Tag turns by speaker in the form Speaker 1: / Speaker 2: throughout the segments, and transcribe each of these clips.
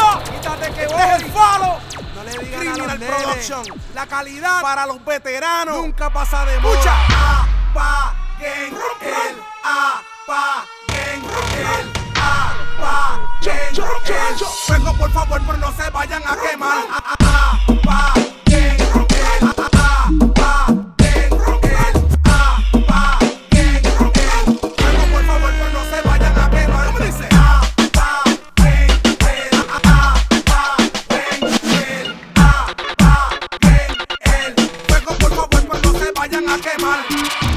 Speaker 1: Espérate que voy.
Speaker 2: Este es el falo.
Speaker 1: No le digan a
Speaker 2: Criminal
Speaker 1: los nenes.
Speaker 2: Production. La calidad para los veteranos.
Speaker 1: Nunca pasa de moda.
Speaker 2: Escucha.
Speaker 1: Apaguen el apaguen el apaguen el Fuego por favor, pero no se vayan a quemar. Apaguen el apaguen el apaguen el Fuego por favor, pero no se vayan a quemar. ¿Cómo dice? Apaguen el apaguen el el fuego por favor cuando se vayan a quemar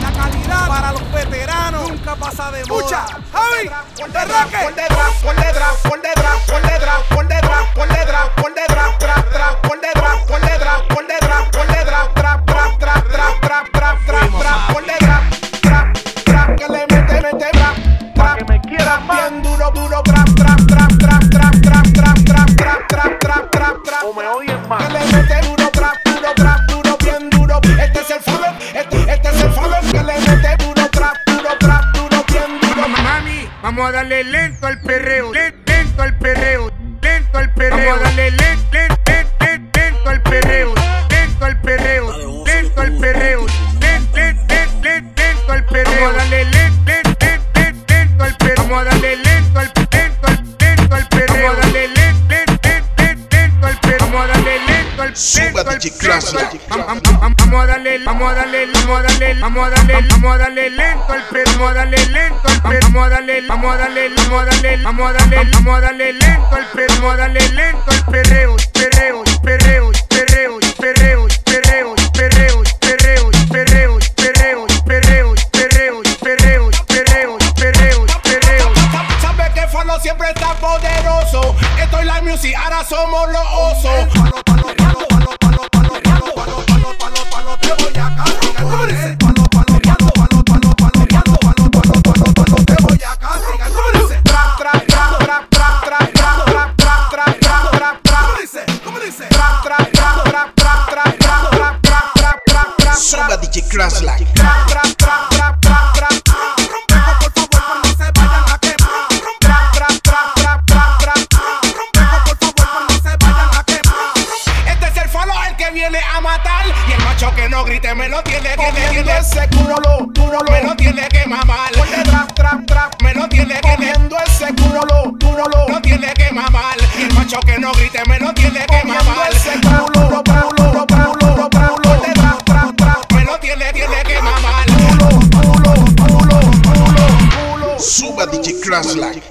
Speaker 1: la calidad
Speaker 2: Para los veteranos.
Speaker 1: nunca pasa de moda
Speaker 2: Escucha. Javi.
Speaker 1: Por detrás,
Speaker 2: Derraque.
Speaker 1: por detrás, por detrás, por detrás, por detrás, por detrás, por detrás, por detrás, tras, tras, por detrás, por detrás, por detrás, por detrás, tras, tras, tras, tras, tras, tras, tras, tras, por detrás, tras, tras, que le mete, mete, tras, tras, tras, bien duro, duro, tras, tras, tras, tras, tras, tras, tras, tras, tras, tras, tras, tras, tras. Que le mete duro, tras, duro, tras, duro, bien duro. Este es el fuego, este, este es el fuego que le mete duro, tras, duro, tras, duro, bien duro.
Speaker 3: Mami, vamos a darle lento al perreo, len- lento al perreo, lento al perreo. Vamos a darle lento, lento al perreo, lento al perreo, lento al perreo, len- len- len- len- lento al perreo. Vamos a darle lento, lento al perreo. Vamos a darle lento al lento al lento al perreo. Vamos a darle lento, lento al perreo. Vamos a darle lento al
Speaker 4: Sube,
Speaker 3: lento al
Speaker 4: DJ
Speaker 3: perreo.
Speaker 4: Clase.
Speaker 3: Vam- vam- vam- Vamos a darle, vamos a darle, vamos a darle, vamos a darle, vamos a darle lento al perro, vamos a darle lento al perro, vamos a darle, vamos a darle, vamos a darle, vamos a darle, vamos a darle lento al perro, vamos a darle lento al perreo, perreo, perreo, perreo, perreo, perreo, perreo, perreo, perreo, perreo, perreo, perreo, perreo, perreo, perreo, perreo.
Speaker 1: Sabe que Falo siempre está poderoso. Esto es la music, ahora somos los osos. Falo, falo, falo, falo, falo, falo, falo, falo, falo, falo, falo, te voy a castigar. ¿Cómo dice? Falo, falo, falo, falo, falo, falo, falo, falo, falo, falo, falo, te voy a castigar. ¿Cómo dice? Tra, tra, tra, tra, tra, tra, tra, tra, tra, tra, tra, tra, tra. ¿Cómo dice? ¿Cómo dice? Tra, tra, tra, tra, tra, tra, tra, tra, tra, tra, tra, tra.
Speaker 4: Suba DJ Crash Light.
Speaker 1: Tra, tra, tra, tra, tra, tra. Rompejo, por favor, no se vayan a quemar. Tra, tra, tra, tra, tra, tra. Rompejo, por favor, no se vayan a quemar.
Speaker 2: Este es el falo, el que viene a matar. Y el macho que no grite me lo tiene, tiene,
Speaker 1: Cogiendo
Speaker 2: tiene.
Speaker 1: ese culo, culo,
Speaker 2: Me lo tiene que mamar.
Speaker 1: por detrás, trap, trap.
Speaker 2: Me lo tiene que
Speaker 1: Cogiendo ese culo, culo,
Speaker 2: no tiene que mamar. Y el macho que no grite me lo tiene que
Speaker 1: cogiendo
Speaker 2: mamar.
Speaker 1: ese culo, culo, culo, culo, por detrás, trap, trap.
Speaker 2: Me lo tiene, tiene que mamar.
Speaker 1: Culo, culo, culo, culo, culo.
Speaker 4: Suba DJ Crash Light.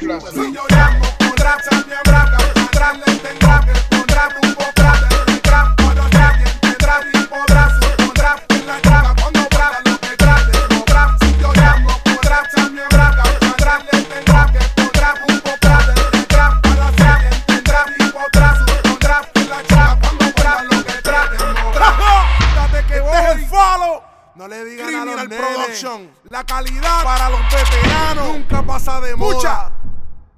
Speaker 2: Este es el falo.
Speaker 1: No le digan a los
Speaker 2: Criminal
Speaker 1: nenes.
Speaker 2: Production.
Speaker 1: La calidad para los veteranos nunca pasa de moda.
Speaker 2: Escucha.